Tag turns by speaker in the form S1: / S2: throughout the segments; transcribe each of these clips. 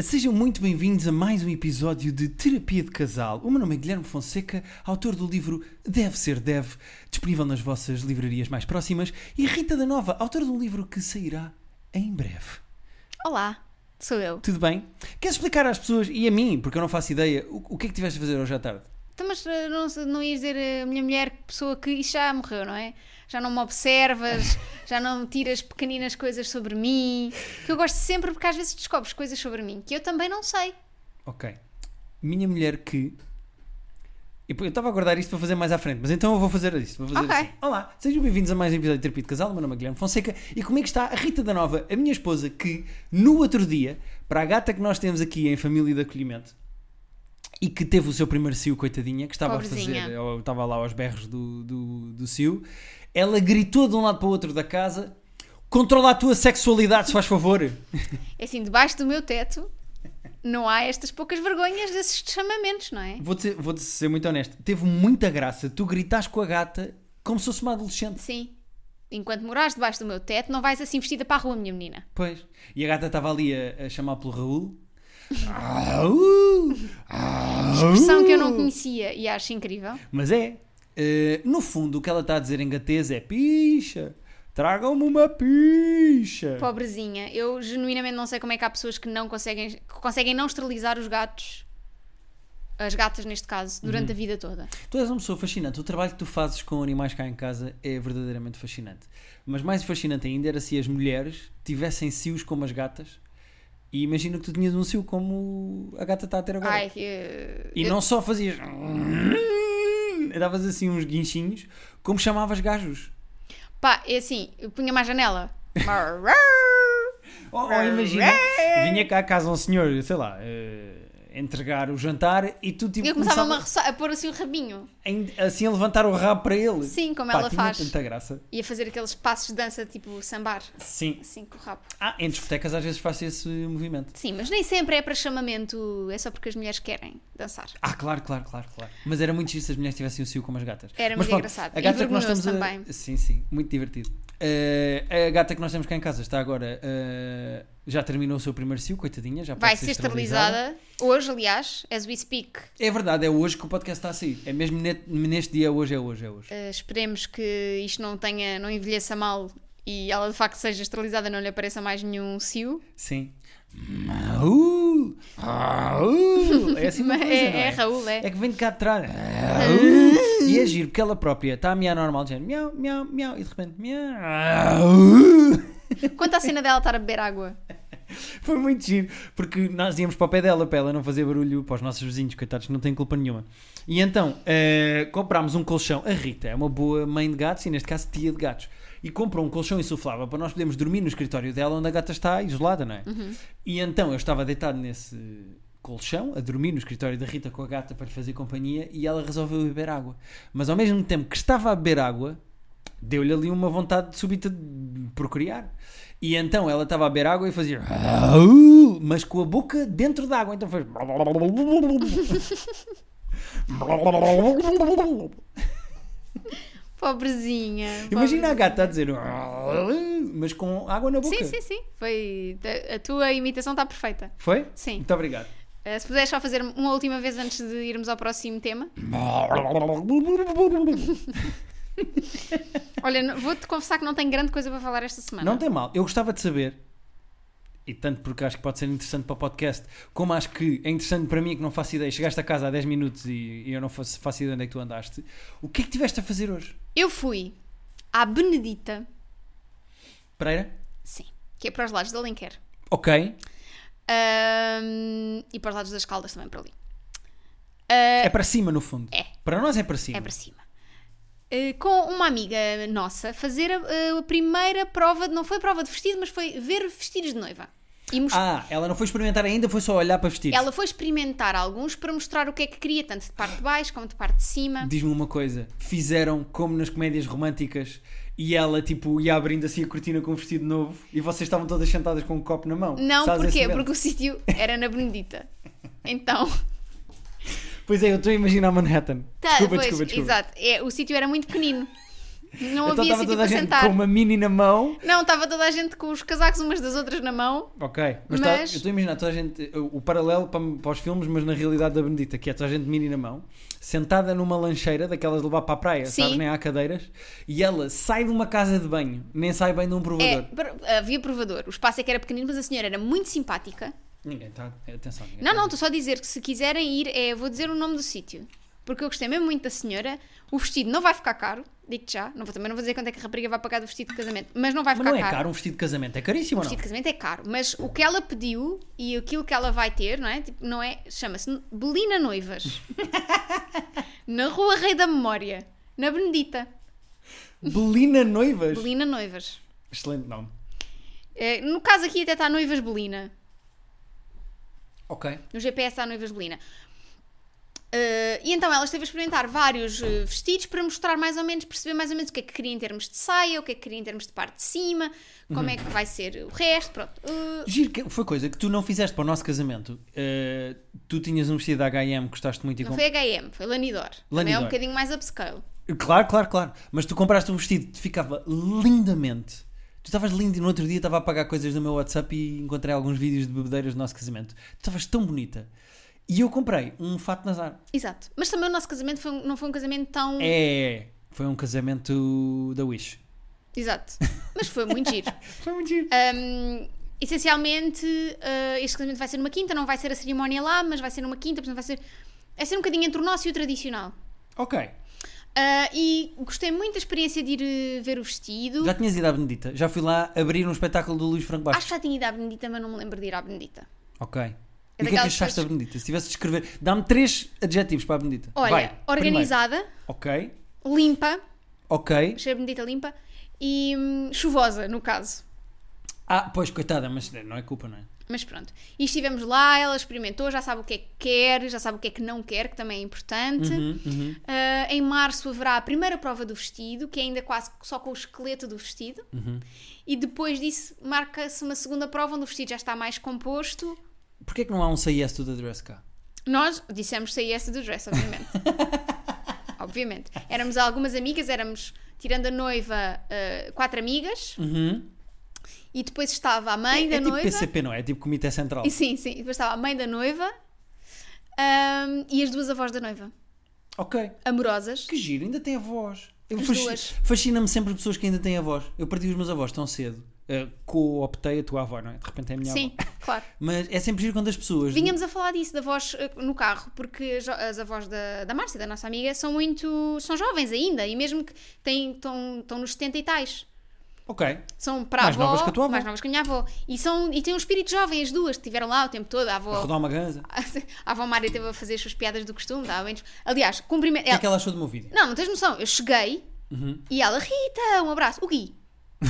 S1: Sejam muito bem-vindos a mais um episódio de Terapia de Casal. O meu nome é Guilherme Fonseca, autor do livro Deve Ser Deve, disponível nas vossas livrarias mais próximas, e Rita da Nova, autora de um livro que sairá em breve.
S2: Olá, sou eu.
S1: Tudo bem? Queres explicar às pessoas e a mim, porque eu não faço ideia, o, o que é que tiveste a fazer hoje à tarde?
S2: Então, mas eh, não, se- não ias dizer eh, a minha mulher, pessoa que isto já morreu, não é? Já não me observas, já não tiras pequeninas coisas sobre mim. Que eu gosto sempre porque às vezes descobres coisas sobre mim que eu também não sei.
S1: Ok. Minha mulher que. E, pô, Eu estava a guardar isto para fazer mais à frente, mas então eu vou fazer isto. Vou fazer
S2: Ok.
S1: assim. Olá, sejam bem-vindos a mais um episódio de Terapia de Casal. O meu nome é Guilherme Fonseca e comigo está a Rita da Nova, a minha esposa, que no outro dia, para a gata que nós temos aqui em família de acolhimento e que teve o seu primeiro cio, coitadinha, que estava a
S2: Pobrezinha.
S1: fazer, eu estava lá aos berros do, do, do cio, ela gritou de um lado para o outro da casa: controla a tua sexualidade, se faz favor.
S2: É assim, debaixo do meu teto não há estas poucas vergonhas desses chamamentos, não é?
S1: Vou-te ser, vou ser muito honesto. Teve muita graça. Tu gritares com a gata como se fosse uma adolescente.
S2: Sim. Enquanto morares debaixo do meu teto, não vais assim vestida para a rua, minha menina.
S1: Pois. E a gata estava ali a, a chamar pelo Raul. Raul!
S2: Expressão que eu não conhecia e acho incrível.
S1: Mas é. eh, no fundo, o que ela está a dizer em gatês é picha. Tragam-me uma picha.
S2: Pobrezinha, eu genuinamente não sei como é que há pessoas que não conseguem, que conseguem não esterilizar os gatos, as gatas neste caso, durante a vida toda.
S1: Tu és uma pessoa fascinante. O trabalho que tu fazes com animais cá em casa é verdadeiramente fascinante. Mas mais fascinante ainda era se as mulheres tivessem cios como as gatas. E imagina que tu tinhas um cio como a gata está a ter agora.
S2: Ai, eh,
S1: E não só fazias. Davas assim uns guinchinhos, como chamavas gajos.
S2: pá, é assim, eu punha mais janela.
S1: Ou, ou Oh, imagina,
S2: É.
S1: vinha cá a casa um senhor, sei lá, eh, entregar o jantar e tu tipo.
S2: eu começava a,
S1: começava
S2: roçar- a pôr assim o rabinho
S1: em- assim a levantar o rabo para ele.
S2: Sim, como
S1: Pá,
S2: ela
S1: tinha
S2: faz.
S1: tanta graça.
S2: e a fazer aqueles passos de dança tipo sambar,
S1: Sim.
S2: assim com o rabo.
S1: Ah, em discotecas às vezes faço esse movimento.
S2: Sim, mas nem sempre é para chamamento, é só porque as mulheres querem dançar.
S1: Ah, claro, claro, claro, claro. Mas era muito giro se as mulheres tivessem o cio como as gatas.
S2: Era
S1: Mas
S2: muito
S1: pronto,
S2: engraçado.
S1: A
S2: E
S1: gata que nós
S2: vergonhoso
S1: estamos a-
S2: também.
S1: Sim, sim, muito divertido. Eh, a gata que nós temos cá em casa está agora. eh, já terminou o seu primeiro cio, coitadinha. Já pode
S2: Vai ser esterilizada hoje, aliás, as we speak.
S1: É verdade, é hoje que o podcast está a sair. É mesmo ne- neste dia, hoje é hoje, é hoje.
S2: Uh, esperemos que isto não tenha, não envelheça mal e ela de facto seja esterilizada, não lhe apareça mais nenhum cio.
S1: Sim. Raul! Raul! É assim uma
S2: Mas
S1: coisa,
S2: é-
S1: não
S2: é Raul, é.
S1: É que vem de cá de trás. Raul! E é giro, porque ela própria está a miar normal, de género miau, miau, miau, e de repente miau.
S2: Quanto à cena dela estar a beber água,
S1: Foi muito giro, porque nós íamos para o pé dela para ela não fazer barulho para os nossos vizinhos, coitados, que não têm culpa nenhuma. E então eh, comprámos um colchão. A Rita é uma boa mãe de gatos e, neste caso, tia de gatos. E comprou um colchão insuflável para nós podermos dormir no escritório dela, onde a gata está isolada, não é? E então eu estava deitado nesse colchão, a dormir no escritório da Rita com a gata para lhe fazer companhia e ela resolveu beber água. Mas ao mesmo tempo que estava a beber água, deu-lhe ali uma vontade súbita de procriar. E então ela estava a beber água e fazia. Mas com a boca dentro da água. Então fez.
S2: pobrezinha.
S1: Imagina a
S2: pobrezinha.
S1: gata a dizer. Mas com água na boca.
S2: Sim, sim, sim. Foi. a- A tua imitação está perfeita.
S1: Foi?
S2: Sim.
S1: Muito obrigado.
S2: Uh, se puderes só fazer uma última vez antes de irmos ao próximo tema. Olha, não- vou-te confessar que não tenho grande coisa para falar esta semana.
S1: Não tem mal. Eu gostava de saber, e tanto porque acho que pode ser interessante para o podcast, como acho que é interessante para mim que não faço ideia. Chegaste a casa há 10 minutos e, e eu não faço, faço ideia onde é que tu andaste. O que é que tiveste a fazer hoje?
S2: Eu fui à Benedita,
S1: Pereira?
S2: sim, que é para os lados da Alenquer.
S1: Ok.
S2: Ahm, e para os lados das Caldas também, para ali.
S1: É para cima, no fundo.
S2: É.
S1: Para nós é para cima.
S2: É para cima. Eh, com uma amiga nossa fazer a, eh, a primeira prova, de- não foi prova de vestido, mas foi ver vestidos de noiva. E mos-
S1: Ah, ela não foi experimentar ainda, foi só olhar para vestir.
S2: Ela foi experimentar alguns para mostrar o que é que queria, tanto de parte de baixo como de parte de cima.
S1: Diz-me uma coisa. Fizeram como nas comédias românticas e ela, tipo, ia abrindo assim a cortina com um vestido novo e vocês estavam todas sentadas com um copo na mão.
S2: Não,
S1: Sabes esse
S2: porquê?
S1: momento?
S2: Porque o sítio era na Benedita. Então,
S1: Pois é, eu estou a imaginar Manhattan.
S2: tá,
S1: desculpa,
S2: pois,
S1: desculpa, desculpa.
S2: exato. É, o sítio era muito pequenino.
S1: então
S2: Não havia
S1: estava
S2: sítio
S1: toda a
S2: para
S1: gente
S2: sentar.
S1: com uma mini na mão.
S2: Não, estava toda a gente com os casacos umas das outras na mão.
S1: Ok, mas, tá-
S2: Mas-
S1: eu estou a imaginar toda a gente, o o paralelo para, para os filmes, mas na realidade da Benedita, que é toda a gente mini na mão, sentada numa lancheira daquelas de levar para a praia,
S2: Sim.
S1: sabes? Nem há cadeiras, e ela sai de uma casa de banho, nem sai bem de um
S2: É,
S1: provador.
S2: pro- havia provador. O espaço é que era pequenino, mas a senhora era muito simpática.
S1: Ninguém está. Atenção, ninguém
S2: Não,
S1: tá-
S2: não, estou só a dizer que se quiserem ir, é, vou dizer o nome do sítio. Porque eu gostei mesmo muito da senhora. O vestido não vai ficar caro, digo-te já. Não vou, também não vou dizer quanto é que a rapariga vai pagar do vestido de casamento, mas não vai
S1: Mas
S2: ficar
S1: não é
S2: caro.
S1: caro um vestido de casamento, é caríssimo ou
S2: O
S1: não?
S2: vestido de casamento é caro, mas o que ela pediu e aquilo que ela vai ter, não é? Tipo, não é Chama-se Belina Noivas. na Rua Rei da Memória. Na Benedita.
S1: Belina Noivas?
S2: Belina Noivas.
S1: Excelente nome.
S2: Eh, no caso aqui até está Noivas Belina.
S1: Ok.
S2: No GPS está Noivas Belina. Eh, e então ela esteve a experimentar vários eh, vestidos para mostrar mais ou menos, perceber mais ou menos o que é que queria em termos de saia, o que é que queria em termos de parte de cima, como
S1: Uhum.
S2: é que vai ser o resto, pronto. Eh,
S1: Giro, que foi coisa que tu não fizeste para o nosso casamento. Eh, tu tinhas um vestido da HM, gostaste muito e
S2: não
S1: comp-
S2: foi HM, foi Lanidor. Também é um
S1: Lanidor.
S2: bocadinho mais upscale.
S1: Claro, claro, claro. Mas tu compraste um vestido que te ficava lindamente. Tu estavas lindo e no outro dia estava a pagar coisas no meu WhatsApp e encontrei alguns vídeos de bebedeiras do nosso casamento. Tu estavas tão bonita. E eu comprei um fato Nazar.
S2: Exato. Mas também o nosso casamento foi um- não foi um casamento tão.
S1: É, foi um casamento da Wish.
S2: Exato. Mas foi muito giro.
S1: Foi muito giro.
S2: Ahm, essencialmente, ah, este casamento vai ser numa quinta, não vai ser a cerimónia lá, mas vai ser numa quinta, portanto vai ser. É ser um bocadinho entre o nosso e o tradicional.
S1: Ok.
S2: Ah, e gostei muito da experiência de ir eh, ver o vestido.
S1: Já tinhas ido à Benedita? Já fui lá abrir um espetáculo do Luís Franco Bastos?
S2: Acho que já tinha ido à Benedita, mas não me lembro de ir à Benedita.
S1: Ok. E
S2: É
S1: o que é que
S2: daquelas
S1: achaste da
S2: coisas-
S1: Benedita? Se tivesse de escrever, dá-me três adjetivos para a Benedita.
S2: Olha,
S1: Vai,
S2: organizada,
S1: primeiro. Ok.
S2: limpa,
S1: Ok.
S2: achei a Benedita limpa e hum, chuvosa, no caso.
S1: Ah, pois, coitada, mas não é culpa, não é?
S2: Mas pronto. E estivemos lá, ela experimentou, já sabe o que é que quer, já sabe o que é que não quer, que também é importante.
S1: Uhum, uhum.
S2: Ah, em março haverá a primeira prova do vestido, que é ainda quase só com o esqueleto do vestido.
S1: Uhum.
S2: E depois disso marca-se uma segunda prova onde o vestido já está mais composto.
S1: Porquê que não há um Say Yes to the Dress cá?
S2: Nós dissemos say yes to the dress, obviamente. obviamente. Éramos algumas amigas, éramos, tirando a noiva, ah, quatro amigas. E depois estava a mãe da
S1: é tipo
S2: noiva.
S1: PCP, não é? É tipo Comitê Central.
S2: E sim, sim. E depois estava a mãe da noiva ahm, e as duas avós da noiva.
S1: Ok.
S2: Amorosas.
S1: Que giro, ainda tem a voz. Eu
S2: As
S1: fasci-
S2: duas.
S1: Fascina-me sempre pessoas que ainda têm a voz. Eu perdi os meus avós tão cedo. Uh, cooptei a tua avó, não é? De repente é a minha
S2: Sim,
S1: avó.
S2: claro.
S1: Mas é sempre giro quando as pessoas.
S2: Vinhamos a falar disso, da voz eh, no carro, porque as jo- as avós da, da Márcia, da nossa amiga, são muito. são jovens ainda, e mesmo que têm, estão, estão nos 70 e tais.
S1: Ok.
S2: São para a
S1: Mais
S2: avó,
S1: novas que a tua avó.
S2: mais novas que a minha avó. E, são, e têm um espírito jovem, as duas, que estiveram lá o tempo todo. A avó,
S1: Rodar uma ganza.
S2: a avó Mária teve a fazer as suas piadas do costume, dá bem. Aliás, cumprimento.
S1: O que é que ela achou do meu vídeo?
S2: Não, não tens noção. Eu cheguei
S1: Uhum.
S2: e ela, Rita, um abraço. O Gui,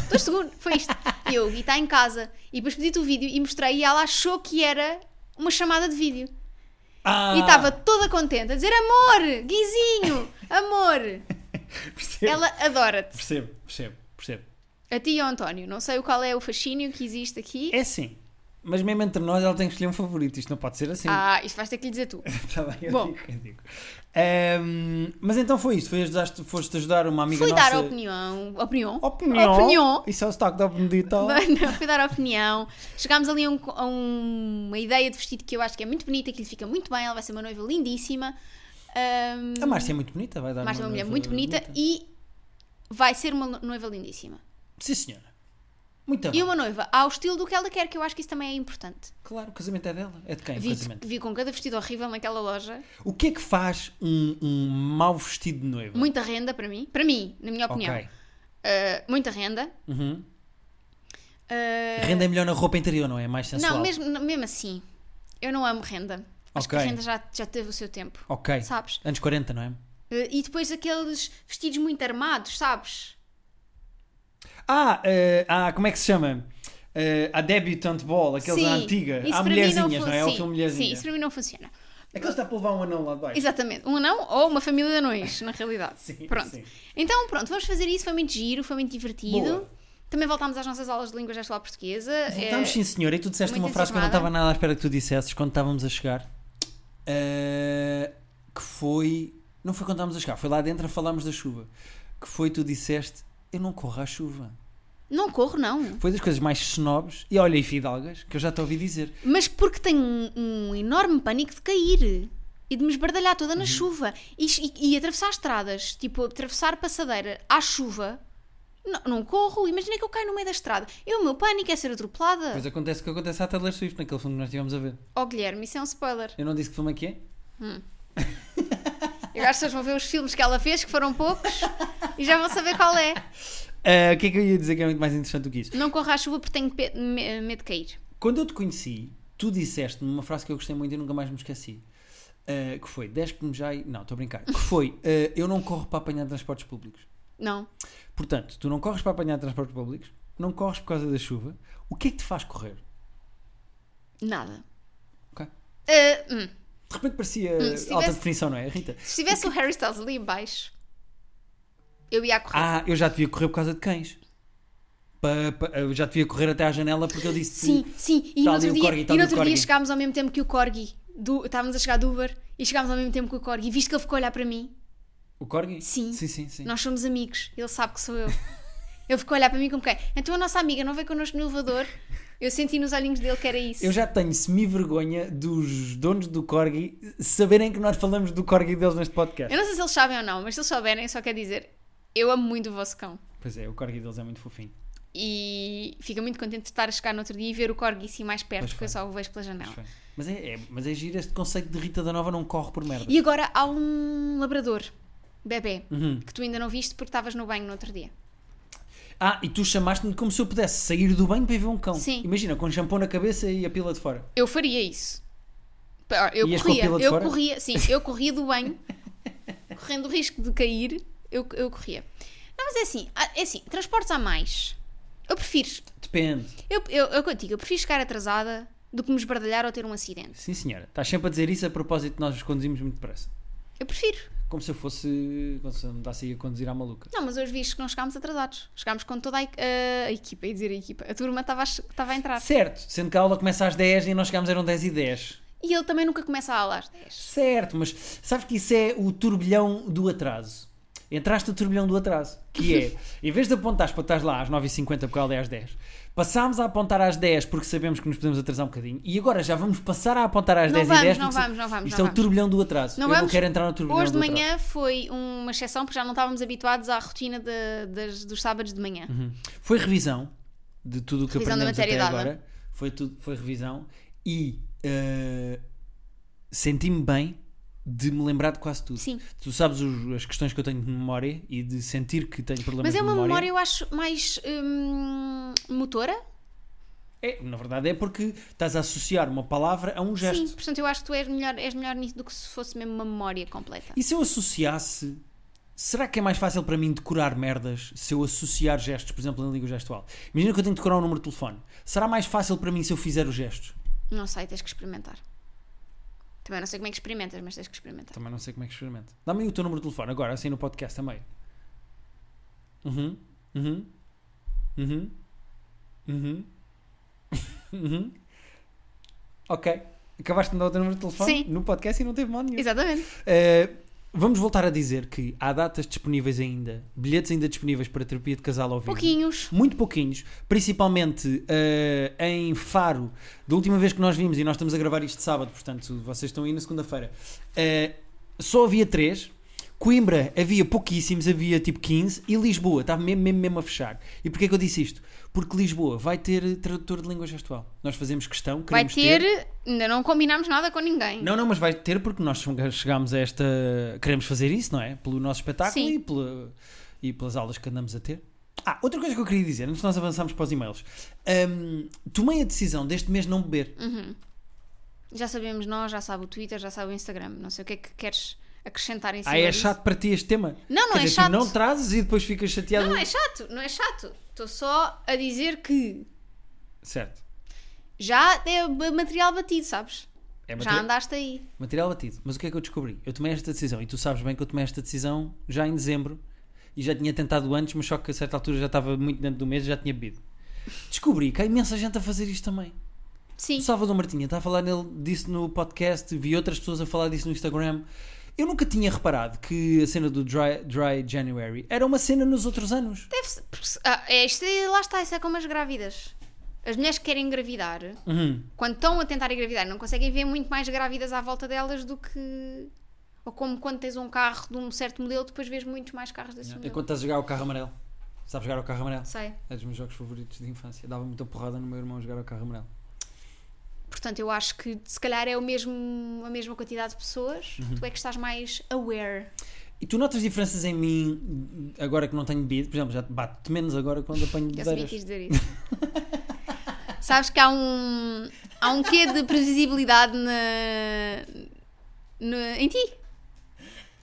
S2: dois segundos, foi isto. E eu, o Gui está em casa. E depois pedi-te o vídeo e mostrei e ela achou que era uma chamada de vídeo.
S1: Ah,
S2: E estava toda contente a dizer, amor, Guizinho, amor.
S1: Ah, Percebo,
S2: ela adora-te.
S1: percebo, percebo, percebo.
S2: A ti e ao António. Não sei qual é o fascínio que existe aqui.
S1: É sim. Mas mesmo entre nós ela tem que escolher um favorito. Isto não pode ser assim.
S2: Ah, isto vais ter que lhe dizer tu.
S1: Está bem, eu
S2: Bom.
S1: digo, eu digo. Ahm, mas então foi isto. Foi ajudaste, foste ajudar uma amiga
S2: Fui
S1: nossa.
S2: dar a opinião. Opinião.
S1: Opinião.
S2: Opinião.
S1: Isso é o sotaque da Benedita.
S2: Não, fui dar a opinião. Chegámos ali a, um- a um- uma ideia de vestido que eu acho que é muito bonita, que lhe fica muito bem. Ela vai ser uma noiva lindíssima. Ahm,
S1: A Márcia é muito bonita, vai dar
S2: a Márcia é uma mulher
S1: noiva
S2: muito bonita, e vai ser uma no- noiva lindíssima.
S1: Sim, senhora. Muito bem.
S2: E uma noiva ao estilo do que ela quer, que eu acho que isso também é importante.
S1: Claro, o casamento é dela. É de quem? o
S2: Vi,
S1: casamento.
S2: vi com cada vestido horrível naquela loja.
S1: O que é que faz um, um mau vestido de noiva?
S2: Muita renda para mim. Para mim, na minha opinião.
S1: Ok.
S2: Ah, muita renda.
S1: Uhum.
S2: Ah,
S1: Renda é melhor na roupa interior, não é? É Mais sensual.
S2: não, mesmo, mesmo assim, eu não amo renda. Acho que a
S1: Ok.
S2: renda já, já teve o seu tempo.
S1: Ok.
S2: Sabes?
S1: Anos 40, não é?
S2: Eh, E depois aqueles vestidos muito armados, sabes?
S1: Ah, eh, ah como é que se chama? Eh, a debutante ball, aqueles à antiga. Há mulherzinhas, não, é? É o
S2: sim,
S1: filme mulherzinha.
S2: Sim, isso para mim não funciona.
S1: Aquele está para levar um anão lá de baixo.
S2: Exatamente. Um anão ou uma família de anões, na realidade.
S1: Sim,
S2: pronto.
S1: sim.
S2: Então, pronto, vamos fazer isso. Foi muito giro, foi muito divertido.
S1: Boa.
S2: Também voltámos às nossas aulas de língua gestual portuguesa.
S1: Voltámos,
S2: Eh,
S1: sim, senhora. E tu disseste
S2: muito
S1: uma frase que eu não
S2: entusiasmada.
S1: estava nada à espera que tu dissesses quando estávamos a chegar. Eh, que foi. Não foi quando estávamos a chegar, foi lá dentro a falarmos da chuva. que foi tu disseste: Eu não corro à chuva.
S2: Não corro, não.
S1: Foi das coisas mais snobs e olha, e fidalgas, que eu já te ouvi dizer.
S2: Mas porque tenho um, um enorme pânico de cair e de me esbardalhar toda na chuva e, e- e atravessar estradas, tipo, atravessar passadeira à chuva. Não, não corro, imagina que eu caio no meio da estrada. Eu, o meu pânico é ser atropelada.
S1: Pois acontece o que acontece à Taylor Swift, naquele filme que nós estivemos a ver.
S2: Oh, Guilherme, isso é um spoiler.
S1: Eu não disse que filme é que é?
S2: E agora as pessoas vão ver os filmes que ela fez, que foram poucos, e já vão saber qual é.
S1: Ah, o que é que eu ia dizer que é muito mais interessante do que isso?
S2: Não corro à chuva porque tenho pe- me- medo de cair.
S1: Quando eu te conheci, tu disseste-me uma frase que eu gostei muito e nunca mais me esqueci. Ah, que foi, despe-me já e... Não, estou a brincar. Que foi, ah, eu não corro para apanhar transportes públicos.
S2: Não.
S1: Portanto, tu não corres para apanhar transportes públicos, não corres por causa da chuva. O que é que te faz correr?
S2: Nada.
S1: Ok.
S2: Ah, hum.
S1: De repente parecia
S2: Hum, se
S1: alta
S2: tivesse-
S1: definição, não é, Rita?
S2: Se tivesse o Harry Styles ali em baixo, eu ia a correr.
S1: Ah, eu já te via correr por causa de cães. Pa- pa- eu já te via correr até à janela porque eu disse
S2: sim, sim. E
S1: Tá
S2: no
S1: ali
S2: outro,
S1: o
S2: dia,
S1: Corgi, tá
S2: e
S1: ali
S2: no
S1: o
S2: outro dia
S1: Corgi.
S2: chegámos ao mesmo tempo que o Corgi. Do, estávamos a chegar do Uber e chegámos ao mesmo tempo que o Corgi. E viste que ele ficou a olhar para mim?
S1: O Corgi?
S2: Sim.
S1: Sim, sim, sim.
S2: Nós somos amigos. Ele sabe que sou eu. ele ficou a olhar para mim como quem? Então a nossa amiga não veio connosco no elevador. Eu senti nos olhinhos dele que era isso.
S1: Eu já tenho semi-vergonha dos donos do Corgi saberem que nós falamos do Corgi deles neste podcast.
S2: Eu não sei se eles sabem ou não, mas se eles souberem, só quer dizer: eu amo muito o vosso cão.
S1: Pois é, o Corgi deles é muito fofinho.
S2: E fico muito contente de estar a chegar no outro dia e ver o Corgi assim mais perto,
S1: Pois
S2: porque eu
S1: foi.
S2: só o vejo pela janela.
S1: Mas, mas é, é, mas é giro este conceito de Rita da Nova não corre por merda.
S2: E agora há um labrador, bebê,
S1: Uhum.
S2: que tu ainda não viste porque estavas no banho no outro dia.
S1: Ah, e tu chamaste-me como se eu pudesse sair do banho para ir ver um cão.
S2: Sim.
S1: Imagina, com shampoo na cabeça e a pila de fora.
S2: Eu faria isso. Pá, Eu
S1: Ias com a
S2: corria,
S1: pila de
S2: eu
S1: fora?
S2: corria, sim, eu corria do banho, correndo o risco de cair, eu, eu corria. Não, mas é assim, há- é assim, transportes a mais. Eu prefiro,
S1: Depende.
S2: eu, eu, é eu contigo, eu prefiro chegar atrasada do que me esbardalhar ou ter um acidente.
S1: Sim, senhora. Estás sempre a dizer isso a propósito de nós os conduzimos muito depressa.
S2: Eu prefiro.
S1: Como se eu fosse. Como se eu me andasse aí a conduzir à maluca.
S2: Não, mas hoje viste que não chegámos atrasados. Chegámos com toda a, equi- a equipa, ia dizer a equipa. A turma estava a, che- estava a entrar.
S1: Certo, sendo que a aula começa às 10 e nós chegámos eram 10 e 10.
S2: E ele também nunca começa a aula às 10.
S1: Certo, mas sabes que isso é o turbilhão do atraso. Entraste no turbilhão do atraso, que é, em vez de apontares para estás lá às 9h50 porque a aula é às 10, passámos a apontar às 10 porque sabemos que nos podemos atrasar um bocadinho e agora já vamos passar a apontar às
S2: Não
S1: 10
S2: vamos,
S1: e 10
S2: não
S1: porque se-
S2: vamos, não vamos,
S1: Isto
S2: não
S1: é o
S2: vamos.
S1: turbilhão do atraso.
S2: Não
S1: Eu não
S2: vamos.
S1: quero entrar no turbilhão
S2: Hoje de
S1: do atraso.
S2: manhã foi uma exceção porque já não estávamos habituados à rotina de- das- dos sábados de manhã.
S1: Uhum. Foi revisão de tudo o que
S2: Revisão da é?
S1: aprendemos até
S2: matéria dada.
S1: agora. Foi, tudo, foi revisão e eh, senti-me bem de me lembrar de quase tudo.
S2: Sim.
S1: Tu sabes os- as questões que eu tenho de memória e de sentir que tenho problemas
S2: Mas é
S1: de
S2: uma
S1: memória.
S2: memória, eu acho, mais hum, motora.
S1: É, na verdade é porque estás a associar uma palavra a um gesto.
S2: Sim, portanto eu acho que tu és melhor, és melhor nisso do que se fosse mesmo uma memória completa.
S1: E se eu associasse. Será que é mais fácil para mim decorar merdas se eu associar gestos, por exemplo, em língua gestual? Imagina que eu tenho de decorar um número de telefone. Será mais fácil para mim se eu fizer os gestos?
S2: Não sei, tens que experimentar. Também não sei como é que experimentas, mas tens que experimentar.
S1: Também não sei como é que experimento. Dá-me aí o teu número de telefone agora, assim no podcast também. Uhum, uhum, uhum, uhum, uhum. Ok. Acabaste de me dar o teu número de telefone
S2: Sim.
S1: no podcast e não teve mal nenhum.
S2: Exatamente.
S1: Eh, vamos voltar a dizer que há datas disponíveis ainda, bilhetes ainda disponíveis para terapia de casal ao vivo.
S2: Pouquinhos.
S1: Muito pouquinhos, principalmente eh, em Faro, da última vez que nós vimos, e nós estamos a gravar isto sábado, portanto vocês estão aí na segunda-feira, eh, só havia três. Coimbra havia pouquíssimos, havia tipo 15, e Lisboa estava mesmo, mesmo, mesmo a fechar. E porquê que eu disse isto? Porque Lisboa vai ter tradutor de língua gestual. Nós fazemos questão,
S2: Vai
S1: queremos
S2: ter. Ainda não combinámos nada com ninguém.
S1: não, não, mas vai ter porque nós chegámos a esta. Queremos fazer isso, não é? Pelo nosso espetáculo
S2: Sim.
S1: e, pela- e pelas aulas que andamos a ter. Ah, outra coisa que eu queria dizer, antes de nós avançarmos para os e-mails. Hum, tomei a decisão deste mês não beber.
S2: Uhum. Já sabemos nós, já sabe o Twitter, já sabe o Instagram. Não sei o que é que queres acrescentar em cima
S1: ah, é
S2: disso.
S1: chato para ti este tema?
S2: Não, não
S1: Quer
S2: é
S1: dizer,
S2: chato.
S1: Tu não trazes e depois ficas chateado.
S2: Não é chato, não é chato. Estou só a dizer que
S1: Certo.
S2: já é b- material batido, sabes?
S1: É
S2: Já
S1: material,
S2: andaste aí.
S1: material batido. Mas o que é que eu descobri? Eu tomei esta decisão e tu sabes bem que eu tomei esta decisão já em dezembro e já tinha tentado antes, mas só que a certa altura já estava muito dentro do mês e já tinha bebido. Descobri que há imensa gente a fazer isto também.
S2: Sim.
S1: tá O Salvador Martinha está a falar nele, disso no podcast, vi outras pessoas a falar disso no Instagram. Eu nunca tinha reparado que a cena do Dry, dry January era uma cena nos outros anos.
S2: Deve ser. porque se- Ah, é, isto, é- lá está, isso é como as grávidas. As mulheres que querem engravidar,
S1: Uhum.
S2: quando estão a tentar engravidar, não conseguem ver muito mais grávidas à volta delas do que. Ou como quando tens um carro de um certo modelo, depois vês muitos mais carros desse
S1: É
S2: modelo.
S1: quando estás a jogar o carro amarelo. Sabes jogar o carro amarelo?
S2: Sei.
S1: É dos meus jogos favoritos de infância. Dava muita porrada no meu irmão a jogar o carro amarelo.
S2: Portanto, eu acho que se calhar é o mesmo, a mesma quantidade de pessoas, tu é que estás mais aware.
S1: E tu notas diferenças em mim agora que não tenho bebido? Por exemplo, já te bato-te menos agora quando apanho
S2: Eu sabia
S1: bebeiras.
S2: que ias dizer isso. Sabes que há um, há um quê de previsibilidade na, na- em ti.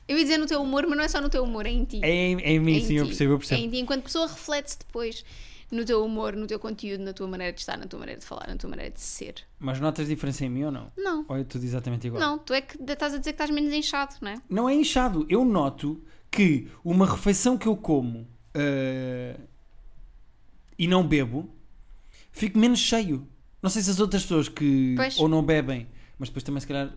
S2: Eu ia dizer no teu humor, mas não é só no teu humor, é em ti.
S1: É em, é em mim,
S2: É em
S1: sim, eu
S2: ti.
S1: percebo, eu
S2: É
S1: percebo.
S2: em ti. Enquanto pessoa reflete-se depois no teu humor, no teu conteúdo, na tua maneira de estar, na tua maneira de falar, na tua maneira de ser.
S1: Mas notas diferença em mim ou não?
S2: Não,
S1: Ou é tudo exatamente igual?
S2: não, tu é que estás a dizer que estás menos inchado, não é?
S1: Não é inchado. Eu noto que uma refeição que eu como eh, e não bebo, fico menos cheio. Não sei se as outras pessoas que
S2: Pois.
S1: ou não bebem, mas depois também se calhar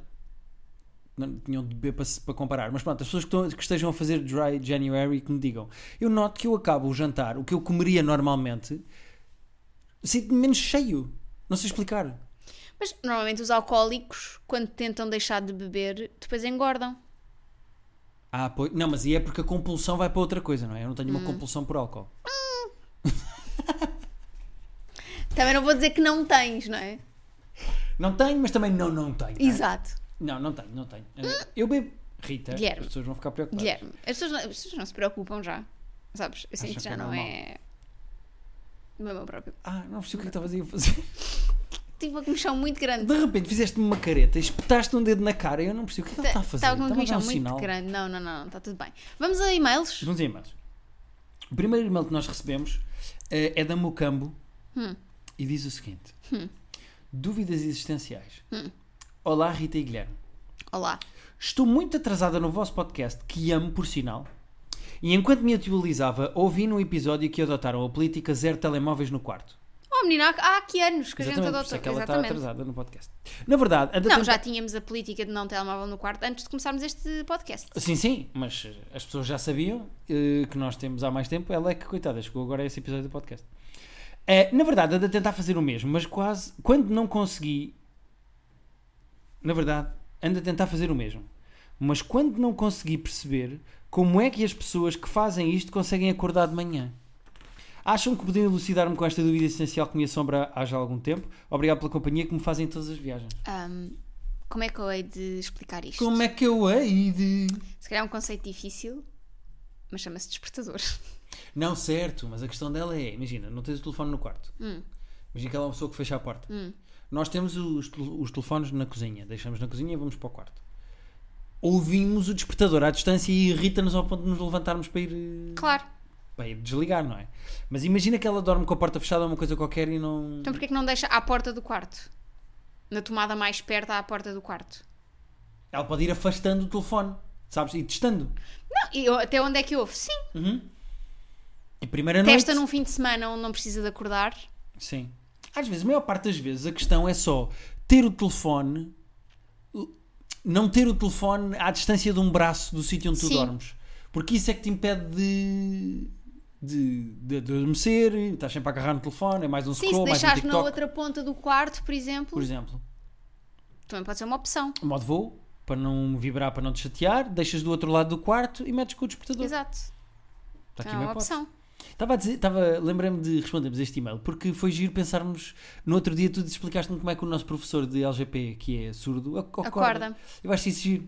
S1: não tinham de beber para, se- para comparar. Mas pronto, as pessoas que, estão- que estejam a fazer dry January que me digam. Eu noto que eu acabo o jantar, o que eu comeria normalmente, sinto-me menos cheio. Não sei explicar.
S2: Mas normalmente os alcoólicos, quando tentam deixar de beber, depois engordam.
S1: Ah, pois. Não, mas e é porque a compulsão vai para outra coisa, não é? Eu não tenho uma compulsão por álcool.
S2: Também não vou dizer que não tens, não
S1: Ah.
S2: é?
S1: Não tenho, mas também não, não tenho. não é?
S2: Exato.
S1: Não, não tenho, não tenho. Eh, Eu bebo. Rita,
S2: Guilherme.
S1: as pessoas vão ficar preocupadas.
S2: Guilherme, as pessoas, não, as pessoas não se preocupam já. Sabes? Eu sinto
S1: Acham
S2: que já
S1: que é
S2: não é. Não é meu próprio.
S1: Ah, não percebi o que é que estavas aí a fazer.
S2: Tive uma comissão muito grande.
S1: De repente fizeste-me uma careta, espetaste um dedo na cara e eu não percebi o que é que ela está a fazer.
S2: Estava Tá, com uma
S1: Estava a dar
S2: comissão
S1: um sinal.
S2: muito grande. Não, não, não, não, está tudo bem. Vamos a e-mails?
S1: Vamos dizer mais. O primeiro e-mail que nós recebemos eh, é da Mocambo
S2: Hum.
S1: e diz o seguinte: Dúvidas existenciais.
S2: Hum.
S1: Olá, Rita e Guilherme.
S2: Olá.
S1: Estou muito atrasada no vosso podcast, que amo por sinal. E enquanto me atualizava, ouvi num episódio que adotaram a política zero telemóveis no quarto.
S2: Oh, menina, há, há que anos que a gente
S1: Exatamente, por isso é
S2: adotou.
S1: que ela está
S2: Exatamente.
S1: atrasada no podcast. Na verdade, anda
S2: não,
S1: tenta-
S2: já tínhamos a política de não telemóvel no quarto antes de começarmos este podcast.
S1: Sim, sim, mas as pessoas já sabiam eh, que nós temos há mais tempo. Ela é que, coitada, chegou agora a esse episódio do podcast. Eh, na verdade, anda a tentar fazer o mesmo, mas quase. Quando não consegui. Na verdade, anda a tentar fazer o mesmo. Mas quando não consegui perceber como é que as pessoas que fazem isto conseguem acordar de manhã. Acham que podiam elucidar-me com esta dúvida essencial que me assombra há já algum tempo? Obrigado pela companhia que me fazem em todas as viagens.
S2: Ahm, como é que eu hei de explicar isto?
S1: Como é que eu hei de.
S2: Se calhar é um conceito difícil, mas chama-se despertador.
S1: Não, certo, mas a questão dela é: imagina, não tens o telefone no quarto.
S2: Hum.
S1: Imagina que ela é uma pessoa que fecha a porta.
S2: Hum.
S1: Nós temos os, tel- os telefones na cozinha, deixamos na cozinha e vamos para o quarto. Ouvimos o despertador à distância e irrita-nos ao ponto de nos levantarmos para ir, eh,
S2: Claro.
S1: para ir desligar, não é? Mas imagina que ela dorme com a porta fechada ou uma coisa qualquer e não.
S2: Então porquê que não deixa à porta do quarto? Na tomada mais perto à porta do quarto.
S1: Ela pode ir afastando o telefone, sabes? E testando.
S2: Não, e eu- até onde é que ouve? Sim.
S1: E primeira
S2: Testa
S1: noite.
S2: num fim de semana onde não precisa de acordar.
S1: Sim. Às vezes, a maior parte das vezes, a questão é só ter o telefone, não ter o telefone à distância de um braço do sítio onde tu
S2: Sim.
S1: dormes. Porque isso é que te impede de, de, de adormecer, estás sempre a agarrar no telefone, é mais um
S2: Sim, se
S1: scroll, mais um
S2: deixares
S1: TikTok,
S2: na outra ponta do quarto, por exemplo,
S1: por exemplo.
S2: também pode ser uma opção.
S1: Modo voo, para não vibrar, para não te chatear, deixas do outro lado do quarto e metes com o despertador.
S2: Exato.
S1: Está aqui
S2: Também é
S1: uma
S2: uma
S1: hipótese.
S2: opção.
S1: Estava a dizer, estava, lembrei-me de respondermos este e-mail, porque foi giro pensarmos. No outro dia, tu explicaste-me como é que o nosso professor de LGP, que é surdo, ac- acorda.
S2: Acorda.
S1: Eu acho isso giro.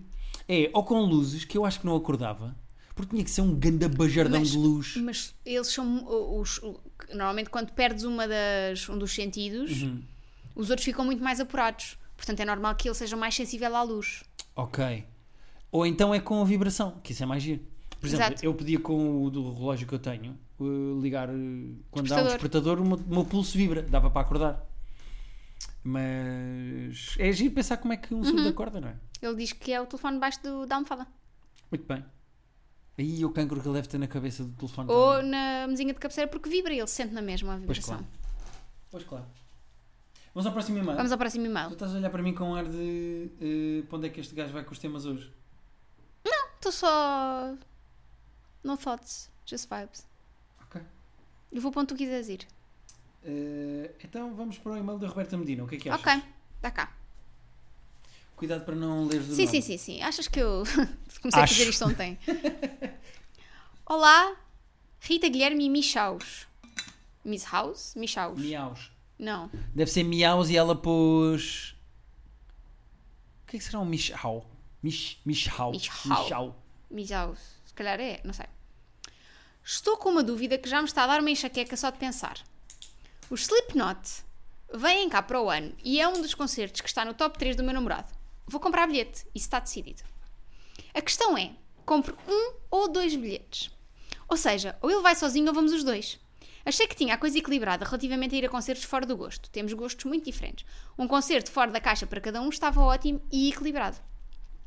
S1: É, ou com luzes, que eu acho que não acordava, porque tinha que ser um ganda bajardão
S2: Mas-
S1: de luz.
S2: Mas eles são o- os. o- normalmente quando perdes uma das, um dos sentidos,
S1: Uhum.
S2: os outros ficam muito mais apurados. Portanto, é normal que ele seja mais sensível à luz.
S1: Ok. Ou então é com a vibração, que isso é mais giro. Por exemplo,
S2: Exato.
S1: eu podia com o do relógio que eu tenho eh, ligar eh, quando dá um
S2: Despertador.
S1: despertador, o meu, o meu pulso vibra, dava para acordar. Mas é giro pensar como é que um
S2: Uhum.
S1: surdo acorda, não é?
S2: Ele diz que é o telefone debaixo do, da almofada.
S1: Tá. Muito bem. Aí o cancro que ele deve ter na cabeça do telefone.
S2: Ou
S1: também.
S2: na mesinha de cabeceira, porque vibra e ele sente na mesma a
S1: Pois
S2: vibração.
S1: claro. Pois claro. Vamos ao próximo e-mail.
S2: Vamos ao próximo
S1: Tu
S2: e-mail.
S1: estás a olhar para mim com um ar de eh, para onde é que este gajo vai com os temas hoje?
S2: Estou só. No thoughts, just vibes.
S1: Ok.
S2: Eu vou para onde tu quiseres ir.
S1: Eh, então vamos para o e-mail da Roberta Medina. O que é que achas?
S2: Ok, dá cá.
S1: Cuidado para não leres do
S2: Sim,
S1: nome.
S2: sim, sim, sim. Achas que eu comecei a
S1: Acho.
S2: fazer isto ontem? Olá, Rita Guilherme e Michaus. Miss House? Michaus.
S1: Miaus.
S2: Não.
S1: Deve ser miaus e ela pôs... O que é que será um michau? Mich, michau.
S2: Michau. Michaus. Se calhar é, não sei. Estou com uma dúvida que já me está a dar uma enxaqueca só de pensar. Os Slipknot vêm cá para o ano e é um dos concertos que está no top 3 do meu namorado. Vou comprar bilhete, isso está decidido. A questão é, compro um ou dois bilhetes. Ou seja, ou ele vai sozinho ou vamos os dois. Achei que tinha a coisa equilibrada relativamente a ir a concertos fora do gosto. Temos gostos muito diferentes. Um concerto fora da caixa para cada um estava ótimo e equilibrado.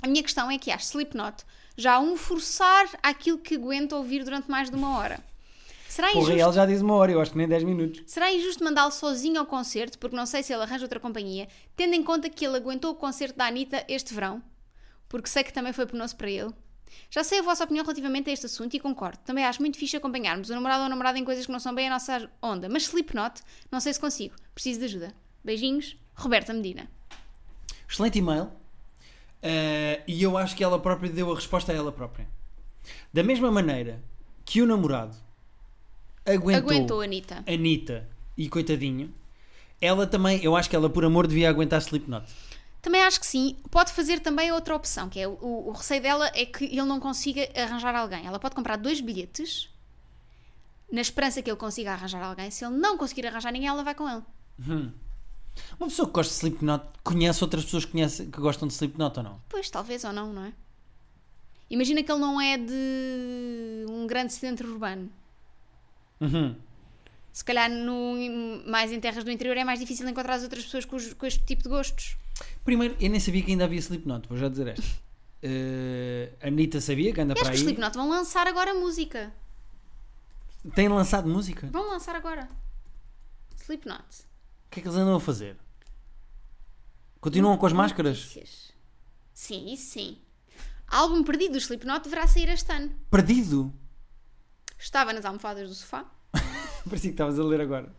S2: A minha questão é que acho Slipknot já um forçar aquilo que aguento ouvir durante mais de uma hora. Será
S1: Porra,
S2: É injusto
S1: e ela já diz uma hora, eu acho que nem 10 minutos.
S2: Será injusto mandá-lo sozinho ao concerto, porque não sei se ele arranja outra companhia, tendo em conta que ele aguentou o concerto da Anitta este verão? Porque sei que também foi penoso para ele. Já sei a vossa opinião relativamente a este assunto e concordo. Também acho muito fixe acompanharmos o namorado ou a namorada em coisas que não são bem a nossa onda. Mas Slipknot, não sei se consigo. Preciso de ajuda. Beijinhos, Roberta Medina.
S1: Excelente e-mail. Eh, e eu acho que ela própria deu a resposta a ela própria. Da mesma maneira que o namorado aguentou,
S2: Aguentou, Anitta.
S1: Anitta e coitadinho, ela também, eu acho que ela por amor devia aguentar Slipknot.
S2: Também acho que sim. Pode fazer também outra opção, que é o, o receio dela é que ele não consiga arranjar alguém. Ela pode comprar dois bilhetes na esperança que ele consiga arranjar alguém. Se ele não conseguir arranjar ninguém, ela vai com ele.
S1: Uma pessoa que gosta de Slipknot conhece outras pessoas que, conhece, que gostam de Slipknot ou não?
S2: Pois, talvez ou não, não é? Imagina que ele não é de um grande centro urbano.
S1: Uhum.
S2: Se calhar no, mais em terras do interior é mais difícil encontrar as outras pessoas com, os- com este tipo de gostos.
S1: Primeiro, eu nem sabia que ainda havia Slipknot, vou já dizer esta. Eh, a Anitta sabia que anda
S2: E acho
S1: É para
S2: que os
S1: aí.
S2: Slipknot vão lançar agora a música.
S1: Tem lançado música?
S2: Vão lançar agora. Slipknot.
S1: O que é que eles andam a fazer? Continuam com as máscaras?
S2: Notícias. Hum, Sim, isso sim. Álbum perdido do Slipknot deverá sair este ano.
S1: Perdido?
S2: Estava nas almofadas do sofá.
S1: Parecia que estavas a ler agora.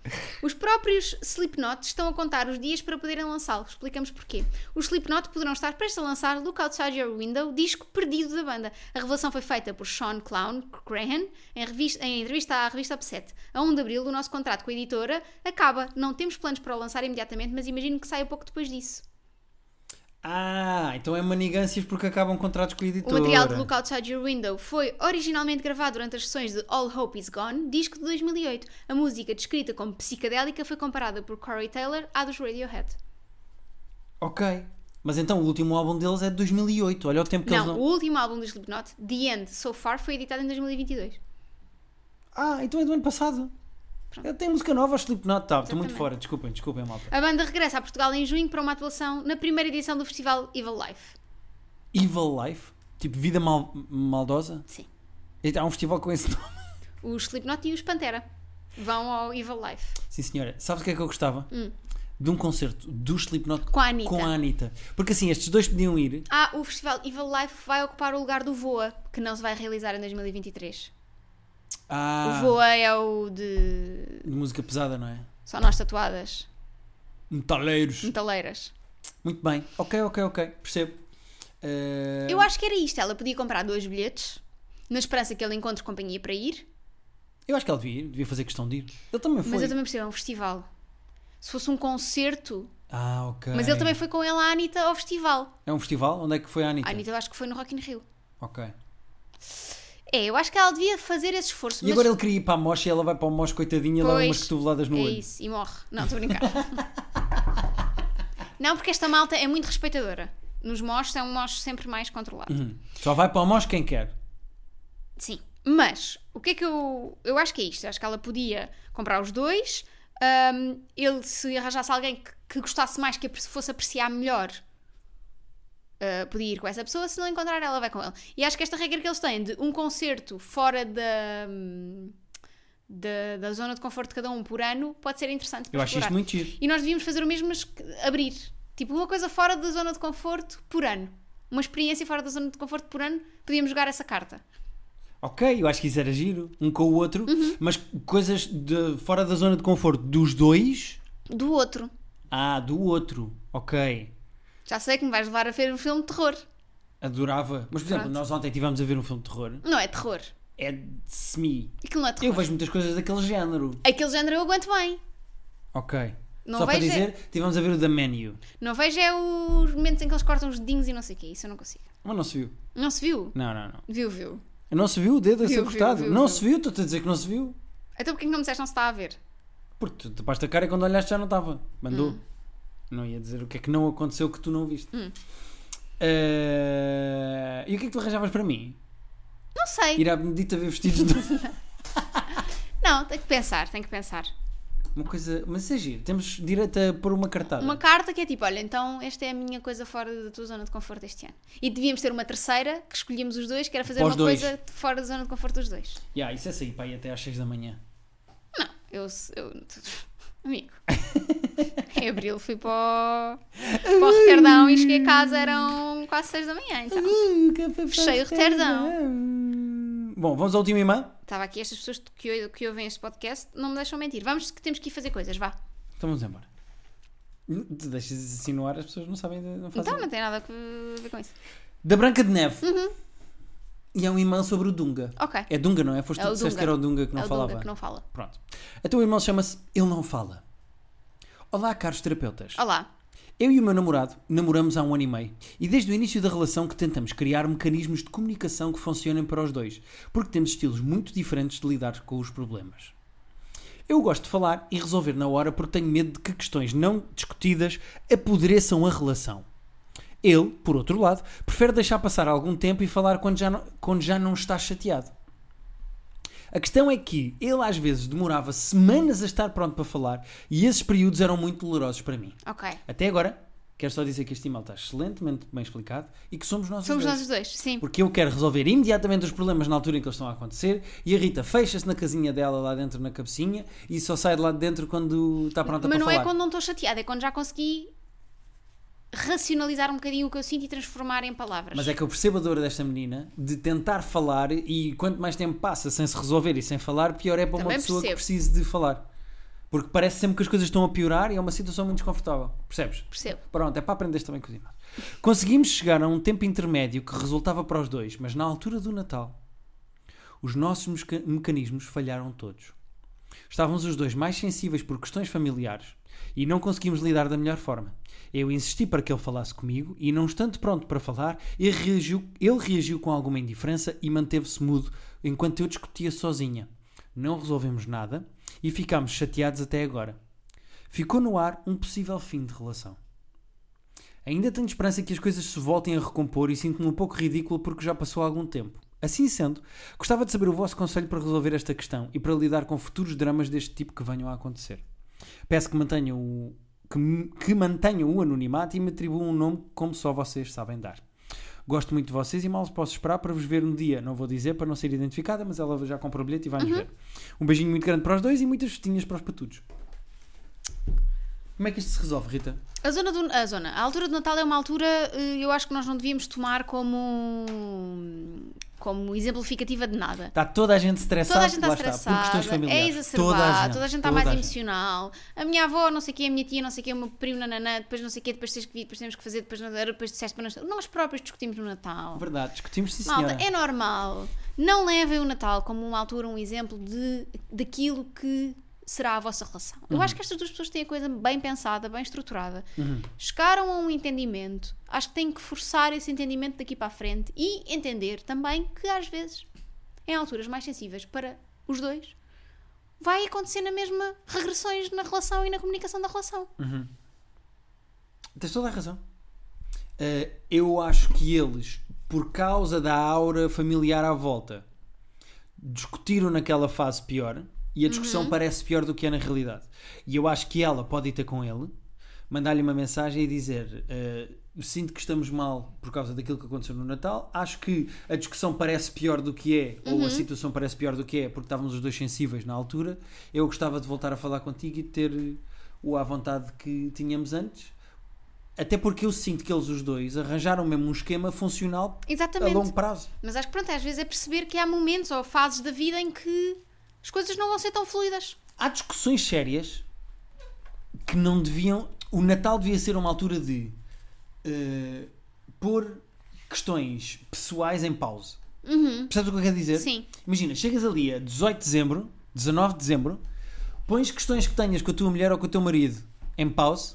S2: Os próprios Slipknot estão a contar os dias para poderem lançá-lo. Explicamos porquê. Os Slipknot poderão estar prestes a lançar Look Outside Your Window, disco perdido da banda. A revelação foi feita por Sean Clown Crahan em, revis- em entrevista à revista Upset. A 1 de abril, o nosso contrato com a editora acaba. Não temos planos para o lançar imediatamente, mas imagino que saia pouco depois disso.
S1: Ah, então é manigâncias porque acabam contratos com a
S2: O
S1: editora.
S2: material de Look Outside Your Window foi originalmente gravado durante as sessões de All Hope Is Gone, disco de 2008. A música, descrita como psicadélica, foi comparada por Corey Taylor à dos Radiohead.
S1: Ok. Mas então o último álbum deles é de 2008. Olha o tempo que
S2: Não,
S1: eles não...
S2: o último álbum dos Slipknot, The End So Far, foi editado em 2022.
S1: Ah, então é do ano passado. Eu tenho música nova, aos Slipknot. Tá, estou muito
S2: Exatamente.
S1: fora. Desculpem, desculpem, malta.
S2: A banda regressa a Portugal em junho para uma atuação na primeira edição do festival Evil Life.
S1: Evil Life? Tipo, vida mal- maldosa?
S2: Sim.
S1: Há um festival com esse nome.
S2: Os Slipknot e os Pantera vão ao Evil Life.
S1: Sim, senhora. Sabes o que é que eu gostava? De um concerto do Slipknot
S2: Hum. Com a Anitta.
S1: com a Anitta. Porque assim, estes dois podiam ir.
S2: Ah, o festival Evil Life vai ocupar o lugar do Voa, que não se vai realizar em 2023.
S1: Ah,
S2: O Voa é o de
S1: de música pesada, não é?
S2: Só nós tatuadas,
S1: Metaleiros.
S2: metaleiras.
S1: Muito bem. Ok, ok, ok. Percebo. Eh,
S2: Eu acho que era isto. Ela podia comprar dois bilhetes, na esperança que ele encontre companhia para ir,
S1: eu acho que ela devia ir. Devia fazer questão de ir. Ele também foi.
S2: mas eu também percebo, é um festival. Se fosse um concerto,
S1: Ah, ok.
S2: mas ele também foi com ela à Anitta ao festival.
S1: É um festival? Onde é que foi a Anitta?
S2: A Anitta eu acho que foi no Rock in Rio.
S1: Ok.
S2: É, eu acho que ela devia fazer esse esforço,
S1: E
S2: mas
S1: agora ele queria ir para a Mocha e ela vai para a Mocha, coitadinha, e leva
S2: Pois,
S1: umas cotoveladas no
S2: é
S1: olho.
S2: isso, e morre. Não, estou a brincar. Não, porque esta malta é muito respeitadora. Nos mochos é um mocho sempre mais controlado.
S1: Hum. Só vai para a Mocha quem quer.
S2: Sim. Mas o que é que eu. Eu acho que é isto. Eu acho que ela podia comprar os dois. ahm, ele se arranjasse alguém que, que gostasse mais, que apre- fosse apreciar melhor, ah, podia ir com essa pessoa. Se não encontrar, ela vai com ele. E acho que esta regra que eles têm de um concerto fora da. hum, Da, da zona de conforto de cada um por ano pode ser interessante. para
S1: Eu acho isto
S2: explorar.
S1: muito giro.
S2: E nós devíamos fazer o mesmo, mas que- abrir. Tipo, uma coisa fora da zona de conforto por ano. Uma experiência fora da zona de conforto por ano, podíamos jogar essa carta.
S1: Ok, eu acho que isso era giro, um com o outro,
S2: Uhum.
S1: mas coisas de, fora da zona de conforto dos dois.
S2: Do outro.
S1: Ah, do outro. Ok.
S2: Já sei que me vais levar a ver um filme de terror.
S1: Adorava. Mas, por exemplo,
S2: Pronto.
S1: nós ontem estivemos a ver um filme de terror.
S2: Não é terror.
S1: É de semi.
S2: Aquilo não é
S1: Eu
S2: terror.
S1: vejo muitas coisas daquele género.
S2: Aquele género eu aguento bem.
S1: Ok.
S2: Não
S1: Só para
S2: vejo é-
S1: dizer, estivemos a ver o The Menu.
S2: Não vejo é os momentos em que eles cortam os dedinhos e não sei o quê. Isso eu não consigo.
S1: Mas não se viu.
S2: Não se viu?
S1: Não, não, não.
S2: Viu, viu.
S1: Não se viu o dedo a
S2: Viu,
S1: ser
S2: viu,
S1: cortado.
S2: viu,
S1: não
S2: viu.
S1: se viu, estou-te a dizer que não se viu.
S2: Então porquê que não me disseste não se está a ver?
S1: Porque tu tapaste a cara e quando olhaste já não estava. Mandou. Não ia dizer o que é que não aconteceu que tu não viste.
S2: Hum.
S1: Eh, e o que é que tu arranjavas para mim?
S2: Não sei.
S1: Ir à Benedita ver vestidos de...
S2: Não, tem que pensar, tem que pensar.
S1: Uma coisa... Mas é giro. Temos direito a pôr uma cartada.
S2: Uma carta que é tipo, olha, então esta é a minha coisa fora da tua zona de conforto este ano. E devíamos ter uma terceira, que escolhíamos os dois, que era fazer
S1: Para os
S2: uma
S1: dois.
S2: coisa fora da zona de conforto dos dois.
S1: Ya, isso é sair para ir até às 6 da manhã.
S2: Não, eu. eu- amigo. em abril fui para o, para o Roterdão e cheguei a casa, eram quase 6 da manhã. Então. Fechei o retardão.
S1: assim. Bom, vamos ao último e-mail?
S2: Estava aqui, estas pessoas que, ou- que ouvem este podcast não me deixam mentir. Vamos, que temos que ir fazer coisas, vá.
S1: Então vamos embora. Hum, Tu deixas assim no ar, as pessoas não sabem, não fazem.
S2: Então Uhum. não tem nada a ver com isso.
S1: Da Branca de Neve. E é um e-mail sobre o Dunga.
S2: Ok.
S1: É Dunga, não é? Foste
S2: É
S1: tu
S2: o
S1: que disseste
S2: Dunga.
S1: que era o Dunga que não
S2: é o
S1: falava.
S2: Dunga que não fala.
S1: Pronto. Então o e-mail chama-se Ele Não Fala. Olá, caros terapeutas.
S2: Olá.
S1: Eu e o meu namorado namoramos há um ano e meio e desde o início da relação que tentamos criar mecanismos de comunicação que funcionem para os dois, porque temos estilos muito diferentes de lidar com os problemas. Eu gosto de falar e resolver na hora porque tenho medo de que questões não discutidas apodreçam a relação. Ele, por outro lado, prefere deixar passar algum tempo e falar quando já não, quando já não está chateado. A questão é que ele às vezes demorava semanas a estar pronto para falar e esses períodos eram muito dolorosos para mim.
S2: Ok.
S1: Até agora, quero só dizer que este e-mail está excelentemente bem explicado e que somos nós os
S2: Somos
S1: dois.
S2: nós os dois, sim.
S1: Porque eu quero resolver imediatamente os problemas na altura em que eles estão a acontecer e a Rita fecha-se na casinha dela lá dentro na cabecinha e só sai de lá de dentro quando está pronta
S2: Mas
S1: para
S2: não
S1: falar.
S2: é quando não estou chateada, é quando já consegui racionalizar um bocadinho o que eu sinto e transformar em palavras.
S1: Mas é que eu percebo a dor desta menina de tentar falar e quanto mais tempo passa sem se resolver e sem falar, pior é para uma
S2: Também
S1: pessoa
S2: percebo.
S1: que precise de falar. Porque parece sempre que as coisas estão a piorar e é uma situação muito desconfortável. Percebes?
S2: Percebo.
S1: Pronto, é para aprenderes também com os irmãos. Conseguimos chegar a um tempo intermédio que resultava para os dois, mas na altura do Natal, os nossos meca- mecanismos falharam todos. Estávamos os dois mais sensíveis por questões familiares e não conseguimos lidar da melhor forma. Eu insisti para que ele falasse comigo e, não estando pronto para falar, ele reagiu, ele reagiu com alguma indiferença e manteve-se mudo enquanto eu discutia sozinha. Não resolvemos nada e ficámos chateados até agora. Ficou no ar um possível fim de relação. Ainda tenho esperança que as coisas se voltem a recompor e sinto-me um pouco ridículo porque já passou algum tempo. Assim sendo, gostava de saber o vosso conselho para resolver esta questão e para lidar com futuros dramas deste tipo que venham a acontecer. Peço que mantenham o, que, m- que mantenham o anonimato e me atribuam um nome como só vocês sabem dar. Gosto muito de vocês e mal posso esperar para vos ver no dia. Não vou dizer para não ser identificada, mas ela já comprou o bilhete e vai-nos ver. Um beijinho muito grande para os dois e muitas festinhas para os patudos. Como é que isto se resolve, Rita?
S2: A zona do a zona, a altura do Natal é uma altura eh, eu acho que nós não devíamos tomar como como exemplificativa de nada.
S1: Está Tá toda a gente estressada.
S2: Toda a gente está
S1: É lá está, por
S2: estressada,
S1: questões familiares.
S2: é exacerbada, toda a gente, está
S1: toda
S2: mais
S1: a gente.
S2: emocional. A minha avó, não sei o quê, a minha tia, não sei o quê, o meu primo, nananã, depois não sei o quê, depois tens que vir, depois temos que fazer, depois não era, depois disseste para nós. Nós próprios discutimos no Natal.
S1: Verdade, discutimos sim, senhora.
S2: Malta, é normal. Não levem o Natal como uma altura, um exemplo de, daquilo que será a vossa relação. Eu acho que estas duas pessoas têm a coisa bem pensada, bem estruturada. Chegaram a um entendimento. Acho que têm que forçar esse entendimento daqui para a frente e entender também que às vezes, em alturas mais sensíveis para os dois, vai acontecer na mesma regressões na relação e na comunicação da relação.
S1: Tens toda a razão. Eh, eu acho que eles, por causa da aura familiar à volta, discutiram naquela fase pior e a discussão parece pior do que é na realidade. E eu acho que ela pode ir ter com ele, mandar-lhe uma mensagem e dizer: eh, Sinto que estamos mal por causa daquilo que aconteceu no Natal, acho que a discussão parece pior do que é, ou a situação parece pior do que é, porque estávamos os dois sensíveis na altura. Eu gostava de voltar a falar contigo e de ter o à vontade que tínhamos antes Até porque eu sinto que eles, os dois, arranjaram mesmo um esquema funcional a
S2: Exatamente.
S1: longo prazo.
S2: Mas acho que pronto, às vezes é perceber que há momentos ou fases da vida em que as coisas não vão ser tão fluidas.
S1: Há discussões sérias que não deviam. O Natal devia ser uma altura de eh, pôr questões pessoais em pausa.
S2: Uhum.
S1: Percebes o que eu quero dizer?
S2: Sim.
S1: Imagina, chegas ali a 18 de dezembro, 19 de dezembro, pões questões que tenhas com a tua mulher ou com o teu marido em pausa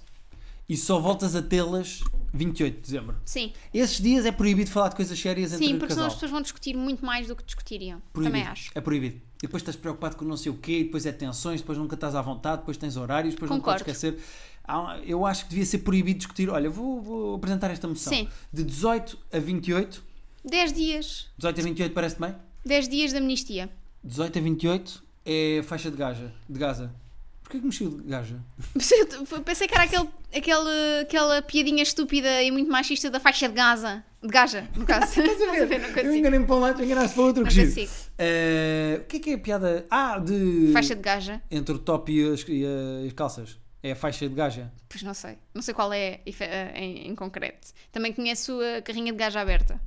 S1: e só voltas a tê-las 28 de dezembro.
S2: Sim.
S1: Esses dias é proibido falar de coisas sérias entre
S2: Sim,
S1: o
S2: porque senão
S1: casal.
S2: as pessoas vão discutir muito mais do que discutiriam.
S1: Proibido.
S2: Também acho.
S1: É proibido. E depois estás preocupado com não sei o quê, e depois é tensões, depois nunca estás à vontade, depois tens horários, depois não
S2: Concordo.
S1: podes esquecer. Há- um, Eu acho que devia ser proibido discutir. Olha, vou, vou apresentar esta moção.
S2: Sim.
S1: De 18 a 28.
S2: 10 dias.
S1: 18 a 28 parece-te bem?
S2: 10 dias de amnistia.
S1: 18 a 28 é faixa de Gaza. De Gaza. Porquê que mexeu de Gaza?
S2: Eu Pensei que era aquele, aquele, aquela piadinha estúpida e muito machista da faixa de Gaza. De Gaja, no caso. Estás a ver? assim? Não
S1: Eu
S2: consigo.
S1: enganei-me para um lado, enganaste para o outro.
S2: Não
S1: que giro.
S2: consigo.
S1: Eh, o que é que é a piada? Ah, de.
S2: Faixa de Gaja.
S1: Entre o top e as, e as calças. É a faixa de Gaja.
S2: Pois não sei. Não sei qual é efe- eh, em, em concreto. Também conheço a carrinha de gaja aberta.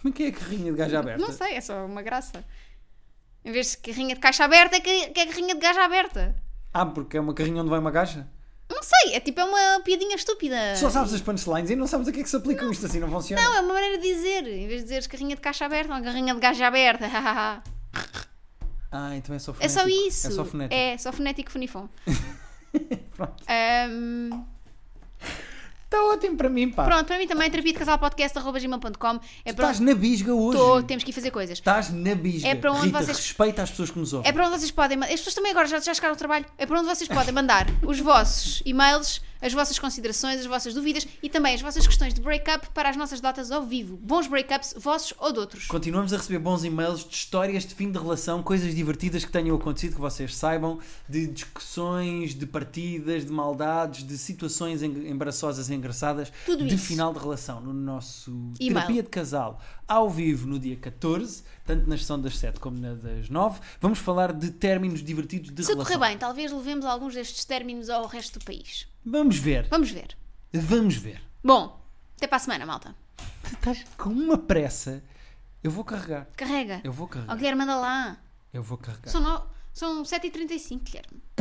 S1: Como é que é a carrinha de Gaja aberta?
S2: Não sei, é só uma graça. Em vez de carrinha de caixa aberta, é que que é carrinha de gaja aberta.
S1: Ah, porque é uma carrinha onde vai uma gaja?
S2: Não sei, é tipo é uma piadinha estúpida.
S1: Só sabes as punchlines e não sabes a que é que se aplicam isto assim, não funciona.
S2: Não, é uma maneira de dizer. Em vez de dizeres carrinha de caixa aberta, é uma carrinha de gaja aberta.
S1: Ah, então é só
S2: é
S1: fonético.
S2: só isso.
S1: É só fonético.
S2: É, só fonético funifon.
S1: Pronto.
S2: Ahm,
S1: Ah. Está Tá ótimo para mim, pá.
S2: pronto, para mim também, é terapia de casal podcast, arroba gmail.com. É
S1: Tu
S2: para
S1: estás na bisga hoje.
S2: Tô, temos que ir fazer coisas.
S1: Estás na bisga.
S2: É para onde
S1: Rita,
S2: vocês-
S1: respeita as pessoas que nos ouvem.
S2: É para onde vocês podem. ma- As pessoas também agora já, já chegaram ao trabalho. É para onde vocês podem mandar os vossos e-mails, as vossas considerações, as vossas dúvidas e também as vossas questões de break-up para as nossas datas ao vivo. Bons break-ups, vossos ou de outros.
S1: Continuamos a receber bons e-mails de histórias de fim de relação, coisas divertidas que tenham acontecido, que vocês saibam, de discussões, de partidas, de maldades, de situações en- embaraçosas e engraçadas,
S2: Tudo
S1: de
S2: isso.
S1: final de relação, no nosso
S2: E-mail.
S1: Terapia de Casal, ao vivo no dia 14, tanto na sessão das 7 como na das 9. Vamos falar de términos divertidos de
S2: Se
S1: relação.
S2: correr bem, talvez levemos alguns destes términos ao resto do país.
S1: Vamos ver,
S2: Vamos ver.
S1: vamos ver.
S2: Bom, até para a semana, malta.
S1: Tu estás com uma pressa. Eu vou carregar,
S2: Carrega.
S1: eu É. vou carregar,
S2: Ó Guilherme, anda lá.
S1: eu vou carregar.
S2: São, no... São 7h35, Guilherme.